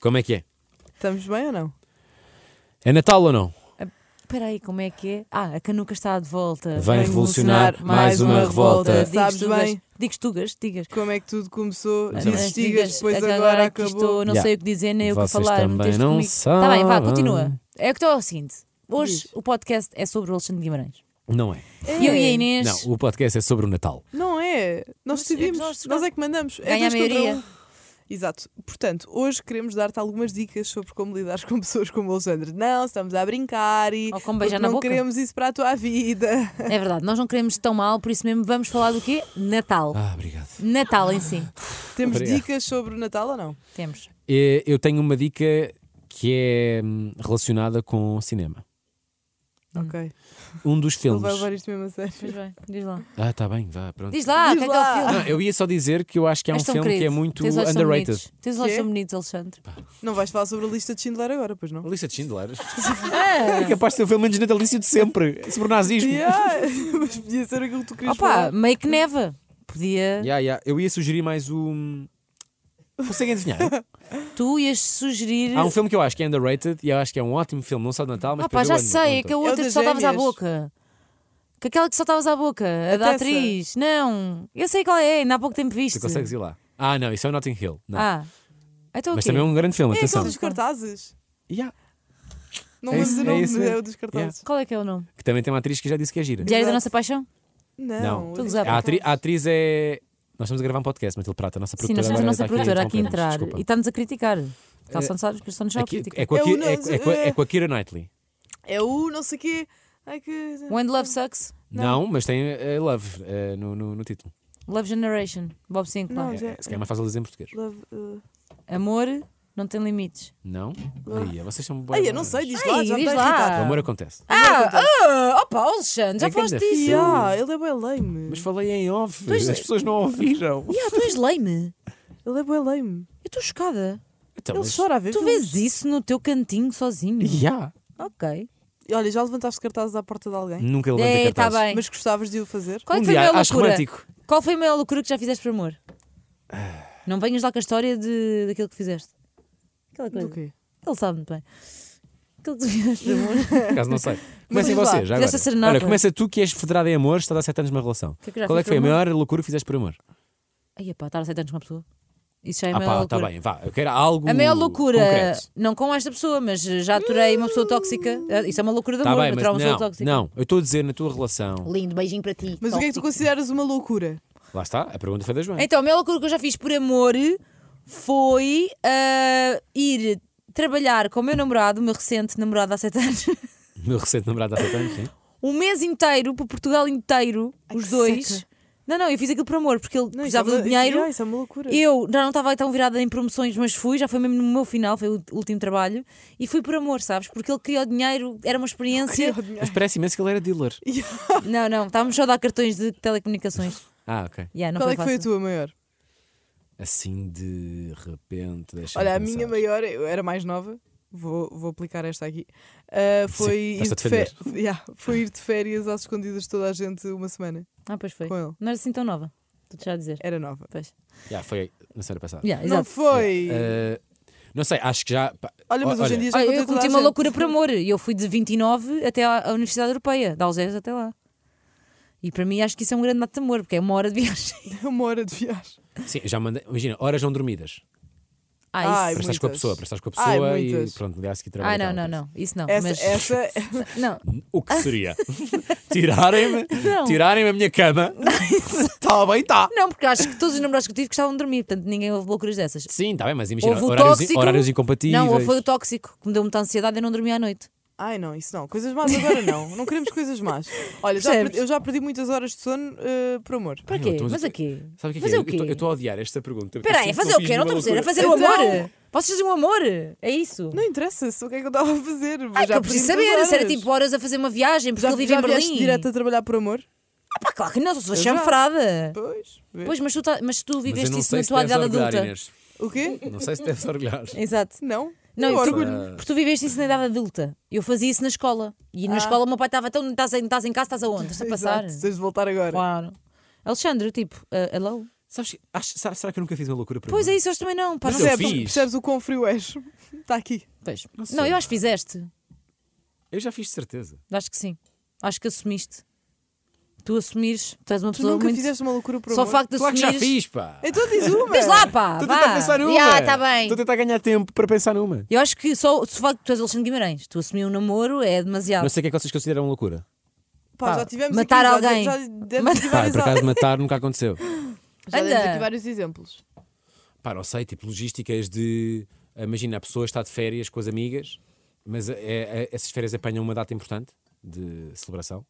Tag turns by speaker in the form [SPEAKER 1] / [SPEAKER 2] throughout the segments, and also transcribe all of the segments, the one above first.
[SPEAKER 1] Como é que é?
[SPEAKER 2] Estamos bem ou não?
[SPEAKER 1] É Natal ou não?
[SPEAKER 3] Espera aí, como é que é? Ah, a canuca está de volta.
[SPEAKER 1] Vem revolucionar mais uma revolta.
[SPEAKER 3] Digas
[SPEAKER 2] Sabes
[SPEAKER 3] tugas,
[SPEAKER 2] bem.
[SPEAKER 3] Digas tugas, digas.
[SPEAKER 2] Como é que tudo começou?
[SPEAKER 1] Mas é bem.
[SPEAKER 3] Mas
[SPEAKER 2] Desistigas, depois
[SPEAKER 3] "Agora
[SPEAKER 2] agora
[SPEAKER 3] aqui
[SPEAKER 2] acabou.
[SPEAKER 3] Estou, não
[SPEAKER 1] Yeah.
[SPEAKER 3] sei o que dizer, nem o que
[SPEAKER 1] Vocês
[SPEAKER 3] falar.
[SPEAKER 1] também não
[SPEAKER 3] Está bem, vá,
[SPEAKER 1] sabem.
[SPEAKER 3] continua. É o que estou ao seguinte. Hoje
[SPEAKER 2] Diz.
[SPEAKER 3] o podcast é sobre o Alexandre Guimarães.
[SPEAKER 1] Não é.
[SPEAKER 3] E Eu e a Inês
[SPEAKER 1] Não, o podcast é sobre o Natal.
[SPEAKER 2] Não é? Nós
[SPEAKER 3] Mas é que
[SPEAKER 2] decidimos,
[SPEAKER 3] nós-
[SPEAKER 2] nós, é que mandamos. É
[SPEAKER 3] ganha a
[SPEAKER 2] dois contra
[SPEAKER 3] maioria.
[SPEAKER 2] um. Exato. Portanto, hoje queremos dar-te algumas dicas sobre como lidar com pessoas como o Alexandre. Não, estamos a brincar e
[SPEAKER 3] Ou como
[SPEAKER 2] porque
[SPEAKER 3] beijar na
[SPEAKER 2] não
[SPEAKER 3] boca.
[SPEAKER 2] queremos isso para a tua vida.
[SPEAKER 3] É verdade, nós não queremos tão mal, por isso mesmo vamos falar do quê? Natal.
[SPEAKER 1] Ah, obrigado.
[SPEAKER 3] Natal em si.
[SPEAKER 2] Temos
[SPEAKER 1] Obrigado.
[SPEAKER 2] dicas sobre o Natal ou não?
[SPEAKER 3] Temos.
[SPEAKER 1] Eh, Eu tenho uma dica que é hum, relacionada com cinema.
[SPEAKER 2] Ok.
[SPEAKER 1] Um dos
[SPEAKER 2] Ele
[SPEAKER 1] Hum. filmes.
[SPEAKER 2] vai levar isto mesmo a sério.
[SPEAKER 3] Pois bem, diz lá.
[SPEAKER 1] Ah, está bem, vá, pronto.
[SPEAKER 3] Diz lá, o
[SPEAKER 2] Diz
[SPEAKER 3] que é que é o
[SPEAKER 2] lá.
[SPEAKER 3] filme?
[SPEAKER 1] Não, eu ia só dizer que eu acho que é um
[SPEAKER 3] És tão
[SPEAKER 1] filme que é
[SPEAKER 3] querido.
[SPEAKER 1] muito
[SPEAKER 3] Teus olhos são
[SPEAKER 1] underrated.
[SPEAKER 3] bonitos. Teus olhos
[SPEAKER 2] Quê?
[SPEAKER 3] são bonitos, Alexandre.
[SPEAKER 2] Não vais falar sobre a lista de Schindler agora, pois não?
[SPEAKER 1] Lista de Schindler. É capaz de ser o filme menos natalício de sempre. Sobre o nazismo.
[SPEAKER 2] Yeah, Mas podia ser aquilo que tu querias
[SPEAKER 3] Opa,
[SPEAKER 2] falar.
[SPEAKER 3] meio que neva. Podia.
[SPEAKER 1] Yeah, yeah. Eu ia sugerir mais um. Conseguem adivinhar?
[SPEAKER 3] Tu ias sugerir.
[SPEAKER 1] Há um filme que eu acho que é underrated e eu acho que é um ótimo filme, não só de Natal, mas
[SPEAKER 3] Ah, pá,
[SPEAKER 1] perdeu
[SPEAKER 3] já
[SPEAKER 1] o ano-
[SPEAKER 3] sei, é
[SPEAKER 1] ontem.
[SPEAKER 3] que a outra
[SPEAKER 2] das
[SPEAKER 3] que soltavas à
[SPEAKER 2] gêmeas.
[SPEAKER 3] boca. Que aquela que soltavas à boca, a,
[SPEAKER 2] A
[SPEAKER 3] da
[SPEAKER 2] Tessa.
[SPEAKER 3] atriz. Não, eu sei qual é, ainda há pouco tempo viste.
[SPEAKER 1] Tu consegues ir lá. Ah, não, isso é o Notting Hill. Não.
[SPEAKER 3] Ah, então o
[SPEAKER 1] mas
[SPEAKER 3] quê?
[SPEAKER 1] também é um grande filme,
[SPEAKER 2] É
[SPEAKER 1] atenção.
[SPEAKER 2] aquele dos cartazes.
[SPEAKER 1] Yeah.
[SPEAKER 2] Não
[SPEAKER 1] É
[SPEAKER 2] lembro
[SPEAKER 1] isso-
[SPEAKER 2] do
[SPEAKER 1] é
[SPEAKER 2] nome,
[SPEAKER 1] isso
[SPEAKER 2] é,
[SPEAKER 1] mesmo.
[SPEAKER 2] o dos
[SPEAKER 1] um-
[SPEAKER 2] cartazes.
[SPEAKER 3] Qual é que é o nome?
[SPEAKER 1] Que também tem uma atriz que já disse que é gira.
[SPEAKER 3] Diário da
[SPEAKER 2] Exato.
[SPEAKER 3] Nossa Paixão?
[SPEAKER 1] Não.
[SPEAKER 2] Não, o
[SPEAKER 3] Tudo
[SPEAKER 2] dos
[SPEAKER 3] usado.
[SPEAKER 1] A, atri-
[SPEAKER 2] cartazes.
[SPEAKER 1] a atriz é. Nós estamos a gravar um podcast, Matilde Prata, a nossa
[SPEAKER 3] Sim,
[SPEAKER 1] produtora.
[SPEAKER 3] nós temos a
[SPEAKER 1] agora
[SPEAKER 3] nossa
[SPEAKER 1] está
[SPEAKER 3] produtora aqui a entrar
[SPEAKER 1] interromper-nos,
[SPEAKER 3] e
[SPEAKER 1] desculpa. É,
[SPEAKER 3] está-nos a criticar. Calção de que estão já a
[SPEAKER 1] Aqui-
[SPEAKER 3] criticar.
[SPEAKER 1] é, com a
[SPEAKER 2] É o
[SPEAKER 1] Ki- é,
[SPEAKER 2] nosso-
[SPEAKER 1] com- é com- é com a Kira Knightley.
[SPEAKER 2] É o não sei quê. Ai que.
[SPEAKER 1] é-
[SPEAKER 3] When Love Sucks,
[SPEAKER 1] Não, mas tem eh, Love eh, no, no- no título.
[SPEAKER 3] Love Generation,
[SPEAKER 2] Não,
[SPEAKER 3] Bob Sinclair. É.
[SPEAKER 1] É,
[SPEAKER 2] já-
[SPEAKER 1] é, se calhar é mais fácil dizer em português.
[SPEAKER 2] Love, uh,
[SPEAKER 3] Amor não tem limites.
[SPEAKER 1] Não?
[SPEAKER 2] Love.
[SPEAKER 1] Ai, vocês são boas.
[SPEAKER 2] Ai, eu não sei, diz lá,
[SPEAKER 3] Ah. Ai,
[SPEAKER 2] já me
[SPEAKER 3] diz
[SPEAKER 2] está
[SPEAKER 3] lá.
[SPEAKER 2] irritado.
[SPEAKER 1] O amor acontece.
[SPEAKER 3] Ah, ah, opa, Alexandre, já
[SPEAKER 1] É que
[SPEAKER 3] falaste
[SPEAKER 1] ainda
[SPEAKER 3] disso.
[SPEAKER 1] fiz.
[SPEAKER 2] Yeah, ele é bué lame.
[SPEAKER 1] Mas falei em off,
[SPEAKER 3] Pois é.
[SPEAKER 1] as pessoas não ouviram.
[SPEAKER 3] Yeah, tu és lame.
[SPEAKER 2] Ele é bué lame.
[SPEAKER 3] Eu estou chocada.
[SPEAKER 1] Então,
[SPEAKER 2] Ele
[SPEAKER 1] mas-
[SPEAKER 2] chora a ver
[SPEAKER 3] Tu
[SPEAKER 2] filmes.
[SPEAKER 3] vês isso no teu cantinho sozinho?
[SPEAKER 1] Yeah.
[SPEAKER 3] Ok.
[SPEAKER 2] E Olha, já levantaste cartazes à porta de alguém?
[SPEAKER 1] Nunca
[SPEAKER 3] É,
[SPEAKER 1] levanta
[SPEAKER 3] está
[SPEAKER 1] cartazes.
[SPEAKER 3] bem.
[SPEAKER 2] Mas gostavas de o fazer?
[SPEAKER 3] Qual é
[SPEAKER 1] um
[SPEAKER 3] que foi a
[SPEAKER 1] dia,
[SPEAKER 3] maior
[SPEAKER 1] acho
[SPEAKER 3] loucura?
[SPEAKER 1] romântico.
[SPEAKER 3] Qual foi a maior loucura que já fizeste por amor? Não venhas lá com a história de, daquilo que fizeste. Aquela coisa.
[SPEAKER 2] Do quê?
[SPEAKER 3] Ele sabe muito bem. Aquilo que tu fizeste por amor.
[SPEAKER 1] Por acaso não sei. Comecem
[SPEAKER 3] Mas vá,
[SPEAKER 1] vocês, já
[SPEAKER 3] fizeste a
[SPEAKER 1] agora.
[SPEAKER 3] serenata.
[SPEAKER 1] Olha, começa tu que és federada em amor, estás há 7 anos numa relação.
[SPEAKER 3] Que é que já
[SPEAKER 1] Qual é
[SPEAKER 3] fiz
[SPEAKER 1] que
[SPEAKER 3] por
[SPEAKER 1] foi a
[SPEAKER 3] amor?
[SPEAKER 1] maior loucura que fizeste por amor?
[SPEAKER 3] Ai, pá, estar a 7 anos com uma pessoa. Isso já é a
[SPEAKER 1] ah
[SPEAKER 3] maior
[SPEAKER 1] pá,
[SPEAKER 3] loucura.
[SPEAKER 1] está bem, vá. Eu quero algo
[SPEAKER 3] A maior loucura,
[SPEAKER 1] concreto.
[SPEAKER 3] não com esta pessoa, mas já aturei uma pessoa tóxica. Ah, Isso é uma loucura de
[SPEAKER 1] Está
[SPEAKER 3] amor,
[SPEAKER 1] Tá bem, mas
[SPEAKER 3] aturar uma pessoa
[SPEAKER 1] não,
[SPEAKER 3] tóxica.
[SPEAKER 1] não, eu estou a dizer na tua relação.
[SPEAKER 3] Lindo, beijinho para ti.
[SPEAKER 2] Mas o que é que tu consideras uma loucura?
[SPEAKER 1] Lá está, a pergunta foi da Joana.
[SPEAKER 3] Então, a maior loucura que eu já fiz por amor foi ah, ir trabalhar com o meu namorado, o meu recente namorado há 7 anos,
[SPEAKER 1] Meu recente namorado há 7 anos, sim.
[SPEAKER 3] um mês inteiro, para Portugal inteiro,
[SPEAKER 2] Ai,
[SPEAKER 3] os
[SPEAKER 2] que
[SPEAKER 3] dois.
[SPEAKER 2] seca.
[SPEAKER 3] Não, não, eu fiz aquilo por amor, porque ele
[SPEAKER 2] Não, isso é
[SPEAKER 3] precisava
[SPEAKER 2] uma-
[SPEAKER 3] de dinheiro.
[SPEAKER 2] Isso, ah, isso é uma loucura.
[SPEAKER 3] Eu já não estava tão virada em promoções, mas fui, já foi mesmo no meu final, foi o último trabalho, e fui por amor, sabes? Porque ele queria o dinheiro, era uma experiência.
[SPEAKER 1] Mas parece imenso que ele era dealer.
[SPEAKER 3] Não, não, estávamos só a dar cartões de telecomunicações.
[SPEAKER 1] Ah, ok.
[SPEAKER 3] Yeah, não
[SPEAKER 2] Qual
[SPEAKER 3] foi
[SPEAKER 2] é que foi a
[SPEAKER 3] fácil.
[SPEAKER 2] tua maior?
[SPEAKER 1] Assim de repente, deixa
[SPEAKER 2] Olha, a minha maior, eu era mais nova, vou, vou aplicar esta aqui. Ah, foi, ir
[SPEAKER 1] estás-te
[SPEAKER 2] de
[SPEAKER 1] a
[SPEAKER 2] férias, foi ir de férias às escondidas de toda a gente uma semana
[SPEAKER 3] Ah, pois foi.
[SPEAKER 2] com ele.
[SPEAKER 3] Não era assim tão nova, estou-te já a dizer.
[SPEAKER 2] Era nova.
[SPEAKER 3] Pois.
[SPEAKER 1] Já, foi na semana passada.
[SPEAKER 3] Yeah,
[SPEAKER 2] Não
[SPEAKER 3] exato.
[SPEAKER 2] foi!
[SPEAKER 1] Eh, não sei, acho que já. pá,
[SPEAKER 2] olha, mas hoje em
[SPEAKER 1] olha,
[SPEAKER 2] dia já
[SPEAKER 3] Olha,
[SPEAKER 2] aconteceu
[SPEAKER 3] Ah, eu
[SPEAKER 2] toda a
[SPEAKER 3] cometi uma
[SPEAKER 2] gente.
[SPEAKER 3] loucura por amor. e Eu fui de 29 até à, à Universidade Europeia, da Algés até lá. E para mim acho que isso é um grande ato de amor, porque é uma hora de viagem.
[SPEAKER 2] Uma hora de viagem.
[SPEAKER 1] Sim, já mandei. Imagina, horas não dormidas.
[SPEAKER 3] Ah,
[SPEAKER 2] Ai,
[SPEAKER 3] isso.
[SPEAKER 1] Para estás com a
[SPEAKER 2] muitas.
[SPEAKER 1] pessoa, para estás com a
[SPEAKER 2] Ai,
[SPEAKER 1] pessoa e
[SPEAKER 2] muitas.
[SPEAKER 1] pronto, no dia a seguir
[SPEAKER 3] Ah,
[SPEAKER 1] trabalho.
[SPEAKER 3] não,
[SPEAKER 1] e tal,
[SPEAKER 3] não, não. Isso não.
[SPEAKER 2] Essa,
[SPEAKER 3] mas...
[SPEAKER 2] essa é,
[SPEAKER 3] Não.
[SPEAKER 1] O que seria? Tirarem-me
[SPEAKER 3] Não.
[SPEAKER 1] tirarem a minha cama. Está bem, tá. está.
[SPEAKER 3] Não, porque acho que todos os namorados que eu tive gostavam de dormir, portanto ninguém houve loucuras dessas.
[SPEAKER 1] Sim, está bem, mas imagina,
[SPEAKER 3] Houve o
[SPEAKER 1] horários,
[SPEAKER 3] tóxico.
[SPEAKER 1] horários incompatíveis.
[SPEAKER 3] Não, ou foi o tóxico que me deu muita ansiedade e não dormi à noite.
[SPEAKER 2] Ai não, isso não. Coisas más agora não. Não queremos coisas más. Olha, já
[SPEAKER 3] Percebes?
[SPEAKER 2] perdi- eu já perdi muitas horas de sono eh, por amor.
[SPEAKER 3] Para
[SPEAKER 1] Ai,
[SPEAKER 3] quê?
[SPEAKER 1] eu tô-
[SPEAKER 3] Mas a quê?
[SPEAKER 1] Sabe o que é
[SPEAKER 3] Mas
[SPEAKER 1] que é?
[SPEAKER 3] é o
[SPEAKER 1] Eu tô-
[SPEAKER 3] quê?
[SPEAKER 1] Eu estou a odiar esta pergunta. porque
[SPEAKER 3] Espera aí,
[SPEAKER 1] sinto
[SPEAKER 3] fazer
[SPEAKER 1] que
[SPEAKER 3] o
[SPEAKER 1] eu
[SPEAKER 3] quê?
[SPEAKER 1] fiz
[SPEAKER 3] Não estou a
[SPEAKER 1] uma
[SPEAKER 3] perceber. É
[SPEAKER 1] loucura.
[SPEAKER 3] fazer o
[SPEAKER 2] Então-
[SPEAKER 3] amor? Vocês fazem um amor? É isso?
[SPEAKER 2] Não interessa-se o que é que eu estava a fazer. mas
[SPEAKER 3] Ai, que
[SPEAKER 2] já perdi
[SPEAKER 3] eu preciso
[SPEAKER 2] muitas
[SPEAKER 3] saber. Se era
[SPEAKER 2] horas.
[SPEAKER 3] tipo horas a fazer uma viagem, porque
[SPEAKER 2] Já,
[SPEAKER 3] ele vive
[SPEAKER 2] já
[SPEAKER 3] em
[SPEAKER 2] vieste
[SPEAKER 3] Berlim.
[SPEAKER 2] direto a trabalhar por amor?
[SPEAKER 3] Ah, pá, claro que não, sou
[SPEAKER 2] Eu já.
[SPEAKER 3] chanfrada.
[SPEAKER 2] Pois. vê.
[SPEAKER 3] Pois, mas tu, tá- mas
[SPEAKER 1] Mas
[SPEAKER 3] tu
[SPEAKER 1] eu
[SPEAKER 3] viveste
[SPEAKER 1] não
[SPEAKER 3] isso
[SPEAKER 1] sei
[SPEAKER 3] na
[SPEAKER 1] se
[SPEAKER 3] tua
[SPEAKER 1] deves
[SPEAKER 3] idade
[SPEAKER 1] orgulhar,
[SPEAKER 3] adulta.
[SPEAKER 1] Inês.
[SPEAKER 2] O quê?
[SPEAKER 1] Não sei se deves orgulhar.
[SPEAKER 3] Exato.
[SPEAKER 2] Não.
[SPEAKER 3] Não,
[SPEAKER 2] Eu
[SPEAKER 3] eu
[SPEAKER 2] orgulho.
[SPEAKER 1] Ah.
[SPEAKER 3] Porque tu viveste isso na idade adulta. Eu fazia isso na escola. E na
[SPEAKER 2] Ah.
[SPEAKER 3] escola o meu pai estava tão. Estás em, estás em casa, estás aonde? Estás a passar?
[SPEAKER 2] Exato, Tens de voltar agora.
[SPEAKER 3] Claro. Alexandre, tipo, ah, hello?
[SPEAKER 1] Sabes, que- acho- será, será que eu nunca fiz uma loucura para
[SPEAKER 3] Pois é, isso, eu também não. Pá,
[SPEAKER 1] Mas
[SPEAKER 3] não,
[SPEAKER 1] eu
[SPEAKER 2] Percebes,
[SPEAKER 1] fiz.
[SPEAKER 2] percebes o quão frio és? Está aqui.
[SPEAKER 3] pois.
[SPEAKER 1] não sei.
[SPEAKER 3] não, eu acho que fizeste. é.
[SPEAKER 1] Eu já fiz de certeza.
[SPEAKER 3] Acho que sim. Acho que assumiste. Tu assumires, tu és uma
[SPEAKER 2] Tu
[SPEAKER 3] pessoa
[SPEAKER 2] nunca
[SPEAKER 3] muito.
[SPEAKER 2] fizeste uma loucura por
[SPEAKER 3] Só o
[SPEAKER 2] amor.
[SPEAKER 3] facto de
[SPEAKER 1] Claro que já
[SPEAKER 3] assumires.
[SPEAKER 1] fiz, pá.
[SPEAKER 2] Então diz uma.
[SPEAKER 3] Mas lá, pá!
[SPEAKER 1] Estou a
[SPEAKER 3] vá.
[SPEAKER 1] tentar pensar numa.
[SPEAKER 3] Ya, tá bem.
[SPEAKER 1] Estou a tentar ganhar tempo para pensar numa.
[SPEAKER 3] Eu acho que só o só o facto de tu és Alexandre Guimarães, tu assumir um namoro é demasiado.
[SPEAKER 1] Não sei o que é que vocês consideram loucura.
[SPEAKER 2] Pá,
[SPEAKER 3] Pá,
[SPEAKER 2] já tivemos
[SPEAKER 3] matar
[SPEAKER 2] aqui, já-
[SPEAKER 3] alguém.
[SPEAKER 2] Já, demos
[SPEAKER 3] Matar-
[SPEAKER 2] aqui
[SPEAKER 1] Pá,
[SPEAKER 2] vários,
[SPEAKER 1] por acaso matar nunca aconteceu.
[SPEAKER 2] já demos
[SPEAKER 3] Anda.
[SPEAKER 2] aqui vários exemplos.
[SPEAKER 1] Pá, não sei, tipo logísticas de. eh, Imagina, a pessoa está de férias com as amigas, mas é- é- essas férias apanham uma data importante de celebração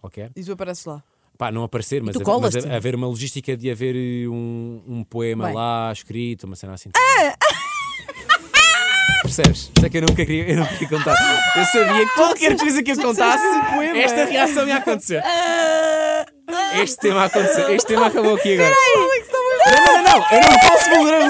[SPEAKER 1] qualquer.
[SPEAKER 2] E tu apareces lá.
[SPEAKER 1] Pá, não aparecer, mas,
[SPEAKER 3] tu
[SPEAKER 1] haver- mas
[SPEAKER 3] colas-te?
[SPEAKER 1] ha- haver uma logística de haver eh, um, um poema
[SPEAKER 3] Bem.
[SPEAKER 1] lá escrito, uma cena assim. Percebes? Isto é que eu nunca queria, eu não queria contar. Eu sabia que qualquer coisa que eu contasse,
[SPEAKER 2] disseste um poema.
[SPEAKER 1] esta reação ia acontecer. Este tema aconteceu. Este tema acabou aqui agora. Não, não, não, não, eu não posso vulnerar.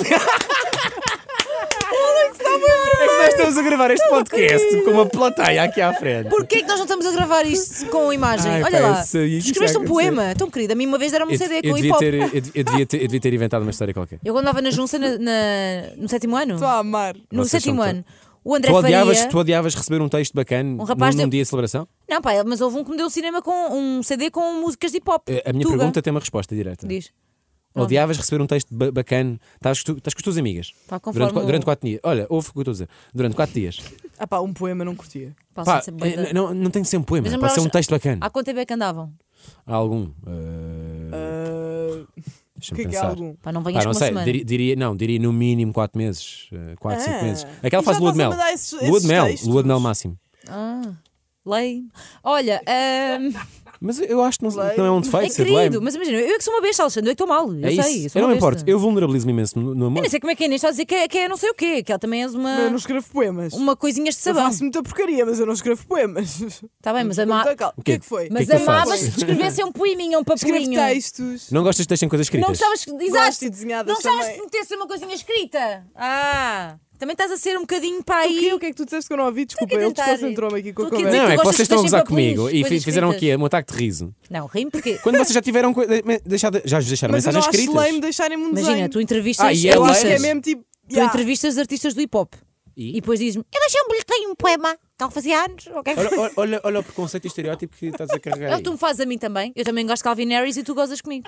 [SPEAKER 1] Alex, está bem. É que nós estamos a gravar este podcast com uma plateia aqui à frente.
[SPEAKER 3] Porquê é que nós não estamos a gravar isto com imagem?
[SPEAKER 1] Ai,
[SPEAKER 3] Olha
[SPEAKER 1] pá,
[SPEAKER 3] lá,
[SPEAKER 1] eu sabia que isto ia
[SPEAKER 3] escreveste um
[SPEAKER 1] acontecer.
[SPEAKER 3] poema. Tão querido, a mim uma vez deram-me um
[SPEAKER 1] Eu,
[SPEAKER 3] CD
[SPEAKER 1] eu
[SPEAKER 3] com
[SPEAKER 1] devia
[SPEAKER 3] hip-hop.
[SPEAKER 1] ter, eu, eu devia ter, eu devia ter inventado uma história qualquer.
[SPEAKER 3] Eu quando andava na Junça na- na- no sétimo ano,
[SPEAKER 2] Estou a amar.
[SPEAKER 3] no
[SPEAKER 1] Vocês
[SPEAKER 3] sétimo
[SPEAKER 1] são
[SPEAKER 3] ano, o André
[SPEAKER 1] Tu odiavas,
[SPEAKER 3] Faria...
[SPEAKER 1] tu odiavas receber um texto bacana
[SPEAKER 3] Um rapaz
[SPEAKER 1] num, num
[SPEAKER 3] deu-
[SPEAKER 1] dia de celebração?
[SPEAKER 3] Não pá, mas houve um que me deu um cinema com um CD com músicas de hip-hop.
[SPEAKER 1] Eh, A minha
[SPEAKER 3] Tuga.
[SPEAKER 1] pergunta tem uma resposta direta.
[SPEAKER 3] Diz.
[SPEAKER 1] Odiavas receber um texto ba- bacana? Estás, tu- estás com as tuas amigas?
[SPEAKER 3] Pá, Tá. conforme
[SPEAKER 1] durante, qua-
[SPEAKER 3] o-
[SPEAKER 1] durante quatro dias. Olha, ouve o que eu estou a dizer. Durante quatro dias.
[SPEAKER 2] Ah pá, um poema não curtia.
[SPEAKER 3] Pá,
[SPEAKER 1] Pá,
[SPEAKER 3] sim, sempre
[SPEAKER 1] eh,
[SPEAKER 3] bem-
[SPEAKER 1] não, não tem de ser um poema,
[SPEAKER 3] Mas
[SPEAKER 1] pode ser um
[SPEAKER 3] lembrava-
[SPEAKER 1] texto bacana.
[SPEAKER 3] Há quanto tempo é que andavam?
[SPEAKER 1] Há algum. eh,
[SPEAKER 2] Ah, O
[SPEAKER 1] Deixa-me
[SPEAKER 2] que é que é
[SPEAKER 1] pensar.
[SPEAKER 2] algum?
[SPEAKER 3] Pá, não
[SPEAKER 1] Pá,
[SPEAKER 3] venhas
[SPEAKER 1] não
[SPEAKER 3] com uma
[SPEAKER 1] sei,
[SPEAKER 3] semana.
[SPEAKER 1] diri- diria, não, diria no mínimo 4 meses, 4, 5
[SPEAKER 2] Ah.
[SPEAKER 1] meses.
[SPEAKER 2] E
[SPEAKER 1] Aquela faz
[SPEAKER 2] já
[SPEAKER 1] lua de
[SPEAKER 2] estás a
[SPEAKER 1] mel.
[SPEAKER 2] mandar esses-
[SPEAKER 1] lua de
[SPEAKER 2] esses
[SPEAKER 1] mel,
[SPEAKER 2] textos?
[SPEAKER 1] lua de mel máximo.
[SPEAKER 3] Ah, lei. Olha, ahm,
[SPEAKER 1] Mas eu acho que não,
[SPEAKER 2] Lame.
[SPEAKER 1] não é um defeito
[SPEAKER 3] é
[SPEAKER 1] ser lame.
[SPEAKER 3] querido, mas imagina, eu é que sou uma besta, Alexandre, eu é que estou mal. Eu
[SPEAKER 1] É
[SPEAKER 3] sei,
[SPEAKER 1] isso.
[SPEAKER 3] sou
[SPEAKER 1] eu
[SPEAKER 3] uma
[SPEAKER 1] não me
[SPEAKER 3] besta.
[SPEAKER 1] importo, eu vulnerabilizo-me imenso no, no
[SPEAKER 3] Eu
[SPEAKER 1] amor.
[SPEAKER 3] nem sei como é que é, nem está a dizer que é, que é não sei o quê, que ela também és uma,
[SPEAKER 2] Mas Eu não escrevo poemas.
[SPEAKER 3] uma coisinhas de
[SPEAKER 2] Eu
[SPEAKER 3] sabão.
[SPEAKER 2] faço muita porcaria, mas eu não escrevo poemas.
[SPEAKER 3] Está bem, tá mas,
[SPEAKER 2] Então,
[SPEAKER 3] ama...
[SPEAKER 2] tá calma. O que
[SPEAKER 1] O
[SPEAKER 2] é
[SPEAKER 1] quê?
[SPEAKER 2] que foi?
[SPEAKER 1] que
[SPEAKER 3] mas
[SPEAKER 1] é que eu
[SPEAKER 3] amavas
[SPEAKER 1] faço?
[SPEAKER 3] que escrevesse um poeminha, um
[SPEAKER 2] Escrevo
[SPEAKER 3] papelinho.
[SPEAKER 2] textos.
[SPEAKER 1] Não gostas de deixem coisas
[SPEAKER 3] Não
[SPEAKER 1] escritas?
[SPEAKER 3] gostavas que
[SPEAKER 2] Gosto
[SPEAKER 3] exato,
[SPEAKER 2] e desenhadas
[SPEAKER 3] Não gostavas
[SPEAKER 2] também.
[SPEAKER 3] que metesse uma coisinha escrita. Ah, também estás a ser um bocadinho para
[SPEAKER 2] O quê?
[SPEAKER 3] aí.
[SPEAKER 2] O que é que tu disseste que eu não ouvi? Desculpa,
[SPEAKER 3] Estou
[SPEAKER 2] ele
[SPEAKER 3] aqui a tentar.
[SPEAKER 2] desconcentrou-me aqui com a
[SPEAKER 3] Estou aqui a
[SPEAKER 2] conversa.
[SPEAKER 1] Não,
[SPEAKER 3] dizer
[SPEAKER 1] é
[SPEAKER 3] que
[SPEAKER 1] que vocês
[SPEAKER 3] gostas que
[SPEAKER 1] estão a gozar
[SPEAKER 3] deixem papelinhos,
[SPEAKER 1] comigo e fi-
[SPEAKER 3] coisas
[SPEAKER 1] fizeram aqui
[SPEAKER 3] escritas.
[SPEAKER 1] um ataque de riso.
[SPEAKER 3] Não, rimo porque.
[SPEAKER 1] Quando vocês já tiveram. co- de- me- deixado- Já vos deixaram
[SPEAKER 2] Mas eu não
[SPEAKER 1] mensagens
[SPEAKER 2] acho lame
[SPEAKER 1] escritas?
[SPEAKER 2] deixarem-me um
[SPEAKER 3] Imagina,
[SPEAKER 2] desenho.
[SPEAKER 3] tu entrevistas.
[SPEAKER 1] Ah, e Deixas.
[SPEAKER 2] Eu acho que é
[SPEAKER 3] artistas-
[SPEAKER 2] mesmo tipo...
[SPEAKER 3] Tu
[SPEAKER 2] yeah.
[SPEAKER 3] entrevistas artistas do hip hop e depois dizes-me: Eu deixei um bilhetinho, um poema. Então fazia anos. ok?
[SPEAKER 1] Olha, olha- olha, olha o preconceito e estereótipo que estás a carregar.
[SPEAKER 3] Ou
[SPEAKER 1] aí.
[SPEAKER 3] tu me fazes a mim também. Eu também gosto de Calvin Harris e tu gozas comigo.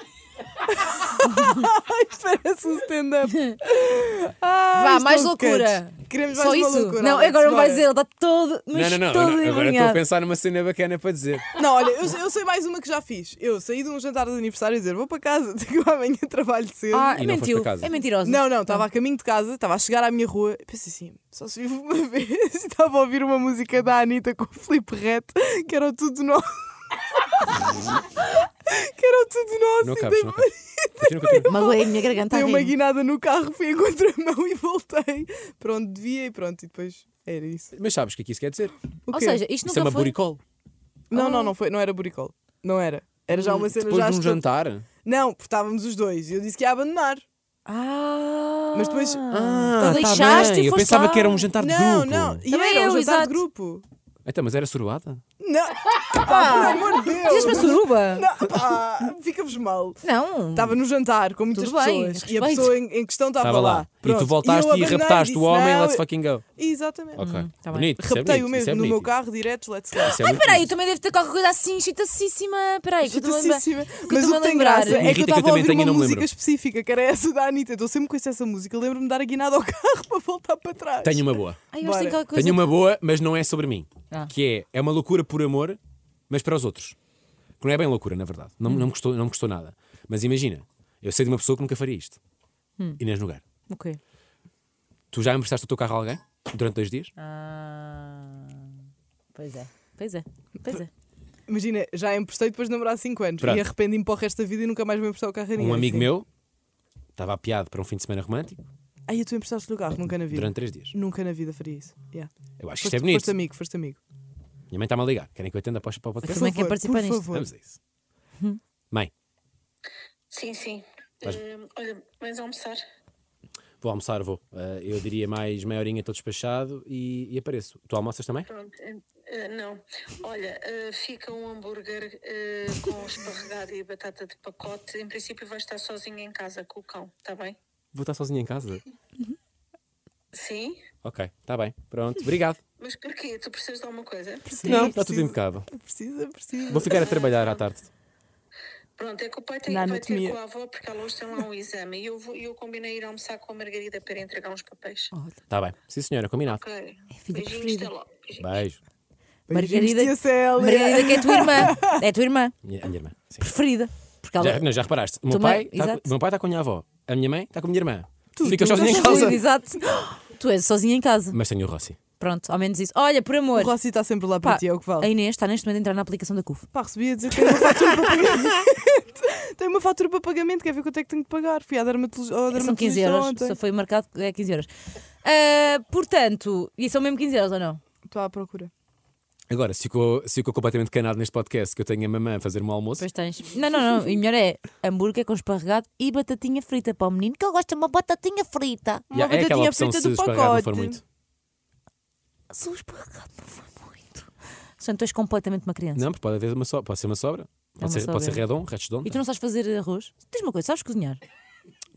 [SPEAKER 2] Isto parece um stand-up.
[SPEAKER 3] Vá,
[SPEAKER 2] Vá,
[SPEAKER 3] mais loucura.
[SPEAKER 2] Queremos
[SPEAKER 3] Só
[SPEAKER 2] mais uma
[SPEAKER 3] isso.
[SPEAKER 2] loucura.
[SPEAKER 3] não,
[SPEAKER 2] Alex,
[SPEAKER 3] agora não
[SPEAKER 2] bora.
[SPEAKER 3] vai dizer, ele está todo.
[SPEAKER 1] Não,
[SPEAKER 3] Mas
[SPEAKER 1] não, não,
[SPEAKER 3] todo
[SPEAKER 1] não, Agora estou a
[SPEAKER 3] envergonhado.
[SPEAKER 1] pensar numa cena bacana para dizer.
[SPEAKER 2] Não, olha, eu, eu sei mais uma que já fiz. Eu saí de um jantar de aniversário e dizer vou para casa, tenho amanhã trabalho cedo.
[SPEAKER 3] Ah,
[SPEAKER 1] E
[SPEAKER 3] é
[SPEAKER 1] não foste
[SPEAKER 3] mentiu.
[SPEAKER 1] para casa.
[SPEAKER 3] É mentiroso.
[SPEAKER 2] Não, não, estava a caminho de casa, estava a chegar à minha rua e pensei assim, só se vive uma vez. E Estava a ouvir uma música da Anitta com o Filipe Rete, que era o tudo nós. que era o tudo nós.
[SPEAKER 1] Não
[SPEAKER 2] e
[SPEAKER 1] cabes,
[SPEAKER 2] dei-
[SPEAKER 1] não cabes. Continua, continua.
[SPEAKER 3] Magoei a minha garganta.
[SPEAKER 2] dei
[SPEAKER 3] a
[SPEAKER 2] uma
[SPEAKER 3] rir.
[SPEAKER 2] guinada no carro, fui a contramão e voltei para onde devia e pronto. E depois era isso.
[SPEAKER 1] Mas sabes o que é que isso quer dizer?
[SPEAKER 2] O
[SPEAKER 3] Ou
[SPEAKER 2] quê?
[SPEAKER 3] seja, um
[SPEAKER 1] Isso
[SPEAKER 3] isto
[SPEAKER 1] é
[SPEAKER 3] nunca
[SPEAKER 1] uma
[SPEAKER 3] foi.
[SPEAKER 1] buricol.
[SPEAKER 2] não, não, não foi, não era buricol. Não era. Era já uma cena
[SPEAKER 1] Depois
[SPEAKER 2] já
[SPEAKER 1] de um
[SPEAKER 2] estra-
[SPEAKER 1] jantar.
[SPEAKER 2] Não, porque estávamos os dois. E eu disse que ia abandonar.
[SPEAKER 3] Ah.
[SPEAKER 2] Mas depois-
[SPEAKER 1] Ah,
[SPEAKER 3] Tu
[SPEAKER 1] tá
[SPEAKER 3] deixaste
[SPEAKER 1] bem.
[SPEAKER 3] e
[SPEAKER 1] Eu
[SPEAKER 3] foste
[SPEAKER 1] pensava
[SPEAKER 3] lá.
[SPEAKER 1] que era um jantar de
[SPEAKER 2] não,
[SPEAKER 1] grupo.
[SPEAKER 2] não. E
[SPEAKER 3] Também
[SPEAKER 2] era um
[SPEAKER 3] eu,
[SPEAKER 2] jantar
[SPEAKER 3] exato.
[SPEAKER 2] de grupo.
[SPEAKER 1] Então, mas era sorobada?
[SPEAKER 2] Não. Pá, por amor de Deus.
[SPEAKER 3] Fizeste uma suruba?
[SPEAKER 2] Não, pá, fica-vos mal.
[SPEAKER 3] Não.
[SPEAKER 2] Estava no jantar com muitas
[SPEAKER 3] Tudo bem,
[SPEAKER 2] pessoas e a
[SPEAKER 3] respeito.
[SPEAKER 2] pessoa em, em questão estava
[SPEAKER 1] Estava lá. E
[SPEAKER 2] Pronto.
[SPEAKER 1] tu voltaste
[SPEAKER 2] eu
[SPEAKER 1] e,
[SPEAKER 2] abandonei
[SPEAKER 1] raptaste o
[SPEAKER 2] disse,
[SPEAKER 1] homem,
[SPEAKER 2] não,
[SPEAKER 1] let's fucking go.
[SPEAKER 2] Exatamente. Uhum.
[SPEAKER 1] Ok.
[SPEAKER 3] tá bem.
[SPEAKER 1] bonito. isso é
[SPEAKER 2] Raptei o
[SPEAKER 1] bonito,
[SPEAKER 2] mesmo
[SPEAKER 1] isso é
[SPEAKER 2] no meu
[SPEAKER 1] bonito.
[SPEAKER 2] carro direto, let's go.
[SPEAKER 1] Isso é muito
[SPEAKER 3] Peraí, eu
[SPEAKER 1] bonito.
[SPEAKER 3] também devo ter qualquer coisa assim, excitacíssima. Peraí, É que eu estou a lembrar.
[SPEAKER 2] Excitacíssima.
[SPEAKER 3] que eu
[SPEAKER 2] Mas
[SPEAKER 3] estou-me
[SPEAKER 2] o
[SPEAKER 3] a
[SPEAKER 2] que tem
[SPEAKER 3] lembrar.
[SPEAKER 2] graça é que eu
[SPEAKER 1] Irrita que eu
[SPEAKER 2] estava a
[SPEAKER 1] também
[SPEAKER 2] ouvir
[SPEAKER 1] tenho e
[SPEAKER 2] uma
[SPEAKER 1] não me
[SPEAKER 2] música
[SPEAKER 1] lembro.
[SPEAKER 2] específica, que era essa da Anitta. Eu Estou sempre com essa música. Eu Lembro-me de dar a guinada ao carro para voltar para trás.
[SPEAKER 1] Tenho uma boa.
[SPEAKER 3] Ai, eu acho que tem
[SPEAKER 2] Bora.
[SPEAKER 3] qualquer coisa.
[SPEAKER 1] Tenho uma boa, mas não é sobre mim.
[SPEAKER 3] Ah.
[SPEAKER 1] Que é, é uma loucura por amor, mas para os outros. Que não é bem loucura, na verdade. Não,
[SPEAKER 3] Hum.
[SPEAKER 1] não, me custou, não me custou nada. Mas imagina, eu sei de uma pessoa que nunca faria isto.
[SPEAKER 3] Hum.
[SPEAKER 1] Inês Nogueira.
[SPEAKER 3] Ok.
[SPEAKER 1] Tu já emprestaste o teu carro a alguém durante dois dias?
[SPEAKER 3] Ah. Pois é. Pois é. Pois é.
[SPEAKER 2] Imagina, já emprestei depois de namorar 5 anos.
[SPEAKER 1] Pronto.
[SPEAKER 2] E arrependi-me para o resto da vida e nunca mais vou emprestar o carro a ninguém.
[SPEAKER 1] Um amigo
[SPEAKER 2] assim.
[SPEAKER 1] meu estava apiado para um fim de semana romântico
[SPEAKER 2] Aí tu emprestaste o carro, nunca na vida.
[SPEAKER 1] durante três dias.
[SPEAKER 2] Nunca na vida faria isso. Yeah.
[SPEAKER 1] Eu acho que isto
[SPEAKER 2] Foste,
[SPEAKER 1] é bonito.
[SPEAKER 2] foste amigo, foste amigo.
[SPEAKER 1] Minha mãe está-me a ligar. Querem que eu atenda para o podcast?
[SPEAKER 3] Também quer
[SPEAKER 2] favor,
[SPEAKER 3] participar
[SPEAKER 2] por
[SPEAKER 3] nisto.
[SPEAKER 2] favor.
[SPEAKER 1] Vamos a isso.
[SPEAKER 3] Hum.
[SPEAKER 1] Mãe,
[SPEAKER 4] Sim, sim.
[SPEAKER 1] Vais-
[SPEAKER 4] Ehm, olha, vais almoçar?
[SPEAKER 1] vou almoçar, vou. Ah, eu diria mais meia horinha, estou despachado e, e apareço. Tu almoças também?
[SPEAKER 4] Pronto. en- Eh, não. Olha, eh, fica um hambúrguer eh, com esparregado e batata de pacote. Em princípio, vais estar sozinha em casa com o cão, está bem?
[SPEAKER 1] Vou estar sozinha em casa?
[SPEAKER 4] Sim?
[SPEAKER 1] Ok, está bem. Pronto, obrigado.
[SPEAKER 4] Mas porquê? Tu precisas de alguma coisa?
[SPEAKER 1] Não,
[SPEAKER 2] Sim,
[SPEAKER 1] está tudo
[SPEAKER 2] preciso.
[SPEAKER 1] impecável.
[SPEAKER 2] Precisa, precisa.
[SPEAKER 1] Vou ficar a trabalhar à tarde.
[SPEAKER 4] Pronto, é que o pai tem,
[SPEAKER 2] Na
[SPEAKER 4] vai ter
[SPEAKER 2] anatomia.
[SPEAKER 4] com a avó porque ela hoje tem lá um exame. E eu, vou, eu combinei ir almoçar com a Margarida para entregar uns papéis.
[SPEAKER 3] Olha,
[SPEAKER 1] Está Tá bem. Sim, senhora, combinado.
[SPEAKER 4] Ok.
[SPEAKER 3] É filha
[SPEAKER 4] Beijinhos,
[SPEAKER 3] preferida.
[SPEAKER 4] até logo. Beijinhos.
[SPEAKER 1] Beijo.
[SPEAKER 3] Margarida,
[SPEAKER 2] Beijinhos, tia Célia.
[SPEAKER 3] Margarida, que é tua irmã. É tua irmã
[SPEAKER 1] Minha- a minha irmã. Sim.
[SPEAKER 3] preferida. Porque ela. é
[SPEAKER 1] Já, não, já reparaste? O meu
[SPEAKER 3] Tá Também,
[SPEAKER 1] pai, está,
[SPEAKER 3] exato.
[SPEAKER 1] com- o meu pai está com a minha avó. A minha mãe está com a minha irmã. Tu, Fica
[SPEAKER 2] tu-
[SPEAKER 1] sozinha em
[SPEAKER 2] tu-
[SPEAKER 1] casa.
[SPEAKER 3] Exato. Tu és sozinha em casa.
[SPEAKER 1] Mas tenho o Rossi.
[SPEAKER 3] Pronto, ao menos isso. Olha, por amor.
[SPEAKER 2] O Rossi está sempre lá para
[SPEAKER 3] Pá,
[SPEAKER 2] ti, é o que
[SPEAKER 3] A
[SPEAKER 2] vale.
[SPEAKER 3] Inês está neste momento a entrar na aplicação da CUF.
[SPEAKER 2] Pá, recebi a dizer que tenho uma fatura para pagamento. tenho uma fatura para pagamento, quer ver quanto é que tenho que pagar? Fui à dermatologia. ao
[SPEAKER 3] São
[SPEAKER 2] dermatologista
[SPEAKER 3] 15 euros.
[SPEAKER 2] ontem.
[SPEAKER 3] Só foi marcado que é 15 euros. Ah, portanto, e são mesmo 15 euros ou não?
[SPEAKER 2] Estou à procura.
[SPEAKER 1] Agora, se ficou, se ficou completamente canado neste podcast que eu tenho a mamãe a fazer-me o almoço,
[SPEAKER 3] Pois tens. Não, não, não. E melhor é hambúrguer com esparregado e batatinha frita para o menino que ele gosta de uma batatinha frita.
[SPEAKER 1] já é
[SPEAKER 2] Uma
[SPEAKER 1] aquela
[SPEAKER 2] batatinha
[SPEAKER 1] opção
[SPEAKER 2] frita
[SPEAKER 1] se
[SPEAKER 2] do
[SPEAKER 1] esparregado não for
[SPEAKER 2] pacote.
[SPEAKER 1] muito.
[SPEAKER 3] Se o esparregado não foi muito. Portanto, tu és completamente uma criança.
[SPEAKER 1] Não, porque pode, haver uma so pode ser uma sobra. Pode,
[SPEAKER 3] É uma
[SPEAKER 1] ser, pode ser
[SPEAKER 3] sobra.
[SPEAKER 1] redon, redstone.
[SPEAKER 3] E tu não sabes fazer arroz? Diz uma coisa, sabes cozinhar?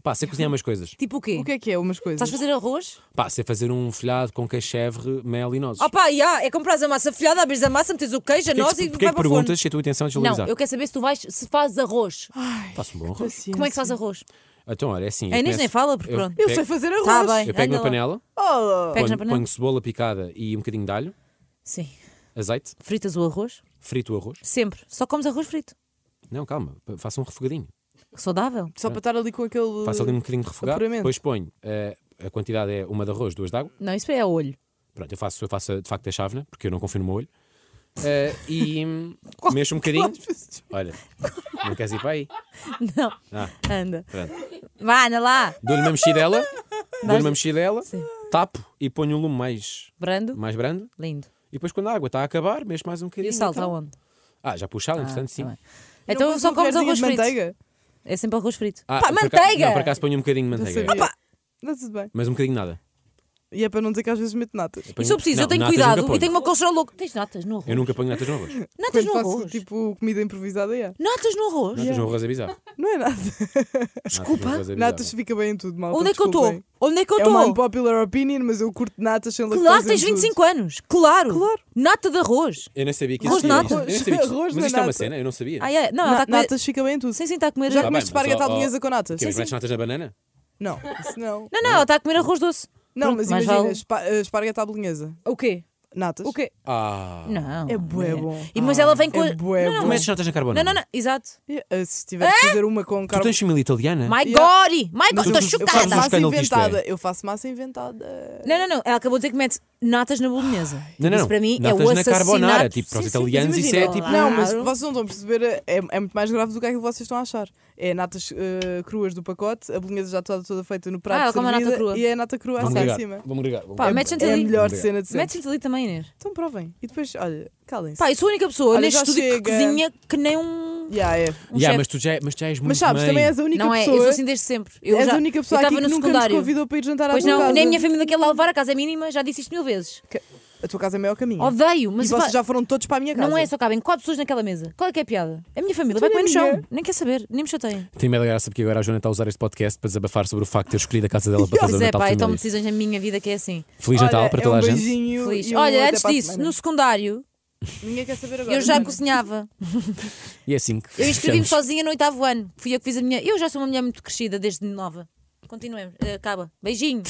[SPEAKER 1] Pá, sei cozinhar umas coisas.
[SPEAKER 3] Tipo o quê?
[SPEAKER 2] O que é que é? Umas coisas.
[SPEAKER 3] Sabes fazer arroz?
[SPEAKER 1] Pá, sei fazer um folhado com queixevre, mel e nozes.
[SPEAKER 3] Opa, já, é comprar a massa folhada, abres a massa, metes o queijo, a
[SPEAKER 1] Porquê
[SPEAKER 3] noz
[SPEAKER 1] que,
[SPEAKER 3] e
[SPEAKER 1] porquê
[SPEAKER 3] vai
[SPEAKER 1] que
[SPEAKER 3] para o forno.
[SPEAKER 1] perguntas se a tua intenção é
[SPEAKER 3] Não,
[SPEAKER 1] desvalorizar?
[SPEAKER 3] eu quero saber se tu vais, se fazes arroz.
[SPEAKER 1] Faço um bom arroz.
[SPEAKER 2] Paciência.
[SPEAKER 3] Como é que se faz arroz?
[SPEAKER 1] Então, olha, é assim.
[SPEAKER 3] A
[SPEAKER 1] eu
[SPEAKER 3] Inês nem
[SPEAKER 1] começo-
[SPEAKER 3] fala, porque
[SPEAKER 1] eu-
[SPEAKER 3] pronto.
[SPEAKER 2] Eu
[SPEAKER 1] Pe-
[SPEAKER 2] sei fazer arroz.
[SPEAKER 3] Tá bem.
[SPEAKER 1] Eu pego
[SPEAKER 3] Anda
[SPEAKER 1] uma
[SPEAKER 3] lá.
[SPEAKER 1] panela,
[SPEAKER 2] Oh,
[SPEAKER 3] Pegas na
[SPEAKER 1] ponho,
[SPEAKER 3] panela?
[SPEAKER 1] ponho cebola picada e um bocadinho de alho,
[SPEAKER 3] Sim.
[SPEAKER 1] azeite,
[SPEAKER 3] Fritas o arroz?
[SPEAKER 1] frito o arroz.
[SPEAKER 3] Sempre. Só comes arroz frito.
[SPEAKER 1] Não, calma, p- faço um refogadinho.
[SPEAKER 3] Saudável.
[SPEAKER 2] Só para estar ali com
[SPEAKER 1] Faço
[SPEAKER 2] aquele.
[SPEAKER 1] ali um bocadinho de refogado,
[SPEAKER 2] Apuramento.
[SPEAKER 1] depois ponho. eh, a quantidade é uma de arroz, duas de água.
[SPEAKER 3] Não, isso é a olho.
[SPEAKER 1] Pronto, eu faço, eu faço a- de facto a chávena, porque eu não confio no meu olho. Eh, e hum, mexo um bocadinho. Olha, não queres ir para aí?
[SPEAKER 3] Não.
[SPEAKER 1] Ah.
[SPEAKER 3] Anda.
[SPEAKER 1] Pronto.
[SPEAKER 3] Vá, anda lá.
[SPEAKER 1] Dou-lhe uma mexidela, dou-lhe uma mexidela,
[SPEAKER 3] Sim.
[SPEAKER 1] tapo e ponho um lume mais,
[SPEAKER 3] Brando.
[SPEAKER 1] mais brando.
[SPEAKER 3] Lindo.
[SPEAKER 1] E depois, quando a água está a acabar, mexo mais um
[SPEAKER 3] E
[SPEAKER 1] bocadinho.
[SPEAKER 3] o sal está
[SPEAKER 1] tal.
[SPEAKER 3] onde?
[SPEAKER 1] Ah, já puxado,
[SPEAKER 3] Ah,
[SPEAKER 1] entretanto,
[SPEAKER 3] tá
[SPEAKER 1] sim.
[SPEAKER 3] bem. Então
[SPEAKER 2] então. Não
[SPEAKER 3] só comes
[SPEAKER 2] um
[SPEAKER 3] arroz
[SPEAKER 2] colherzinho de
[SPEAKER 3] frito.
[SPEAKER 2] manteiga?
[SPEAKER 3] É sempre arroz frito.
[SPEAKER 1] Ah,
[SPEAKER 3] Pá,
[SPEAKER 1] por acaso-
[SPEAKER 3] manteiga!
[SPEAKER 1] não, por acaso ponho um bocadinho de
[SPEAKER 2] Não
[SPEAKER 1] manteiga.
[SPEAKER 2] sabia. Está tudo bem.
[SPEAKER 1] Mas um bocadinho nada.
[SPEAKER 2] E é para não dizer que às vezes meto natas.
[SPEAKER 1] Ponho-
[SPEAKER 3] Isso eu preciso,
[SPEAKER 1] Não,
[SPEAKER 3] eu tenho
[SPEAKER 1] natas
[SPEAKER 3] cuidado
[SPEAKER 1] nunca
[SPEAKER 3] e
[SPEAKER 1] ponho.
[SPEAKER 3] tenho uma colesterol louca. Tens natas no arroz?
[SPEAKER 1] Eu nunca ponho natas no arroz.
[SPEAKER 3] Natas
[SPEAKER 2] Quando
[SPEAKER 3] no
[SPEAKER 2] faço
[SPEAKER 3] arroz?
[SPEAKER 2] tipo comida improvisada, é.
[SPEAKER 3] Natas no arroz?
[SPEAKER 1] Natas no arroz é bizarro.
[SPEAKER 2] Não é nada.
[SPEAKER 1] Desculpa.
[SPEAKER 2] Natas fica bem em tudo, mal.
[SPEAKER 3] Onde é que eu estou? Onde é que eu
[SPEAKER 2] É uma
[SPEAKER 3] estou?
[SPEAKER 2] unpopular opinion, mas eu curto natas sem lactose.
[SPEAKER 3] Claro,
[SPEAKER 2] em
[SPEAKER 3] tens
[SPEAKER 2] tudo.
[SPEAKER 3] 25 anos. Claro. Nata de arroz.
[SPEAKER 1] Eu nem sabia que
[SPEAKER 3] Arroz
[SPEAKER 1] existia
[SPEAKER 3] natas.
[SPEAKER 1] isto. Eu nem sabia que isto-
[SPEAKER 2] Arroz
[SPEAKER 1] Mas
[SPEAKER 2] na
[SPEAKER 1] isto é uma
[SPEAKER 2] nata.
[SPEAKER 1] cena, eu não sabia.
[SPEAKER 3] Ah, é? Não, ela
[SPEAKER 2] Na-
[SPEAKER 3] está a comer.
[SPEAKER 2] Natas fica bem em tudo.
[SPEAKER 3] Sim, sim, está a comer.
[SPEAKER 2] Já
[SPEAKER 1] Tá
[SPEAKER 2] comeste
[SPEAKER 1] bem, mas
[SPEAKER 2] esparguete
[SPEAKER 1] ó, ó,
[SPEAKER 2] à com natas?
[SPEAKER 1] Que
[SPEAKER 2] Sim,
[SPEAKER 1] os metes
[SPEAKER 2] sim.
[SPEAKER 1] natas na banana?
[SPEAKER 2] Não, isso não.
[SPEAKER 3] Não, não, ela está a comer arroz doce.
[SPEAKER 2] Não,
[SPEAKER 3] Pronto,
[SPEAKER 2] mas
[SPEAKER 3] mais
[SPEAKER 2] imagina,
[SPEAKER 3] vale-
[SPEAKER 2] espa- eh, esparguete à bolonhesa.
[SPEAKER 3] O quê?
[SPEAKER 2] Natas.
[SPEAKER 3] O quê?
[SPEAKER 1] Ah.
[SPEAKER 3] Não.
[SPEAKER 2] É bué
[SPEAKER 3] não
[SPEAKER 2] bom.
[SPEAKER 3] E, mas ela vem com.
[SPEAKER 2] É bué
[SPEAKER 3] não, não,
[SPEAKER 1] Tu
[SPEAKER 2] bom.
[SPEAKER 3] mas-
[SPEAKER 1] metes natas na carbona?
[SPEAKER 3] não, não, não. Exato.
[SPEAKER 2] E, eh, Se tiver que fazer uma com
[SPEAKER 1] Tu
[SPEAKER 2] carbo...
[SPEAKER 1] tens família italiana?
[SPEAKER 3] My
[SPEAKER 2] Yeah.
[SPEAKER 3] God! My God,
[SPEAKER 1] eu-
[SPEAKER 3] estou
[SPEAKER 1] eu faço
[SPEAKER 2] Eu faço
[SPEAKER 1] um
[SPEAKER 3] chocada.
[SPEAKER 2] massa
[SPEAKER 1] escândalo que isto é.
[SPEAKER 2] inventada. Eu faço massa inventada.
[SPEAKER 3] Não, não, não. Ela acabou de dizer que mete natas na bolonhesa.
[SPEAKER 1] Não, não,
[SPEAKER 3] Isso
[SPEAKER 1] não.
[SPEAKER 3] para mim é
[SPEAKER 1] Natas
[SPEAKER 3] o
[SPEAKER 1] na
[SPEAKER 3] assassinato.
[SPEAKER 1] carbonara, tipo, para os
[SPEAKER 3] Sim, sim,
[SPEAKER 1] italianos
[SPEAKER 3] mas
[SPEAKER 1] isso é
[SPEAKER 3] imagina,
[SPEAKER 1] tipo...
[SPEAKER 3] lá.
[SPEAKER 2] Não, mas
[SPEAKER 3] Claro.
[SPEAKER 2] vocês não estão a perceber, é, é muito mais grave do que aquilo que vocês estão a achar. É natas eh, cruas do pacote, a bolinha já toda, toda feita no prato.
[SPEAKER 3] Ah, ela come a nata
[SPEAKER 2] servida,
[SPEAKER 3] crua.
[SPEAKER 2] E é a nata crua
[SPEAKER 1] Vamos
[SPEAKER 2] assim em
[SPEAKER 1] ligar,
[SPEAKER 2] cima.
[SPEAKER 1] vamos ligar. vamos
[SPEAKER 3] Pá,
[SPEAKER 1] ligar.
[SPEAKER 3] mete
[SPEAKER 2] É a
[SPEAKER 3] Ali.
[SPEAKER 2] melhor
[SPEAKER 1] Obrigado.
[SPEAKER 2] cena de sempre.
[SPEAKER 3] Mete-te ali também, Inês.
[SPEAKER 2] Então provem. E depois, olha, calem-se.
[SPEAKER 3] Pá, eu sou a única pessoa
[SPEAKER 2] Olha,
[SPEAKER 3] neste
[SPEAKER 2] já
[SPEAKER 3] estúdio que
[SPEAKER 2] chega.
[SPEAKER 3] cozinha que nem um.
[SPEAKER 2] Yeah, é.
[SPEAKER 3] um
[SPEAKER 1] Yeah,
[SPEAKER 3] chefe.
[SPEAKER 1] mas tu já, mas já és muito
[SPEAKER 2] Mas sabes,
[SPEAKER 1] mãe.
[SPEAKER 2] também és a única
[SPEAKER 3] Não é,
[SPEAKER 2] pessoa.
[SPEAKER 3] eu sou assim desde sempre. Eu
[SPEAKER 2] és
[SPEAKER 3] já,
[SPEAKER 2] a única pessoa
[SPEAKER 3] eu
[SPEAKER 2] aqui
[SPEAKER 3] estava
[SPEAKER 2] que
[SPEAKER 3] no
[SPEAKER 2] nunca
[SPEAKER 3] secundário.
[SPEAKER 2] nos convidou para ir jantar
[SPEAKER 3] Pois
[SPEAKER 2] à tua
[SPEAKER 3] não,
[SPEAKER 2] casa.
[SPEAKER 3] nem a minha família quer lá levar a casa é mínima, já disse isto mil vezes.
[SPEAKER 2] Que- A tua casa é maior caminho.
[SPEAKER 3] Odeio, mas
[SPEAKER 2] E vocês
[SPEAKER 3] pá,
[SPEAKER 2] já foram todos para a minha casa.
[SPEAKER 3] não é, só cabem quatro pessoas naquela mesa. Qual é que é a piada? A minha família
[SPEAKER 2] Tu
[SPEAKER 3] vai comer no
[SPEAKER 2] nem é
[SPEAKER 3] chão,
[SPEAKER 2] ninguém.
[SPEAKER 3] nem quer saber, nem me chateia.
[SPEAKER 1] Tem medo da graça porque agora a Joana está a usar este podcast para desabafar sobre o facto de ter escolhido a casa dela para fazer o
[SPEAKER 3] Pois é,
[SPEAKER 1] Natal
[SPEAKER 3] pá, eu
[SPEAKER 1] de
[SPEAKER 3] tomo
[SPEAKER 1] família.
[SPEAKER 3] decisões na minha vida que é assim.
[SPEAKER 1] Feliz
[SPEAKER 2] Olha,
[SPEAKER 1] Natal para
[SPEAKER 2] é
[SPEAKER 1] toda
[SPEAKER 2] um
[SPEAKER 1] a gente.
[SPEAKER 2] beijinho
[SPEAKER 3] Feliz.
[SPEAKER 2] e um até
[SPEAKER 3] Olha, antes
[SPEAKER 2] para a
[SPEAKER 3] disso,
[SPEAKER 2] semana.
[SPEAKER 3] no secundário,
[SPEAKER 2] Ninguém quer saber agora. é?
[SPEAKER 3] eu já cozinhava.
[SPEAKER 1] E é assim que
[SPEAKER 3] Eu inscrevi-me
[SPEAKER 1] fechamos.
[SPEAKER 3] sozinha no oitavo ano. Fui eu que fiz a minha. Eu já sou uma mulher muito crescida desde nova. Continuemos, Eh, acaba. Beijinho.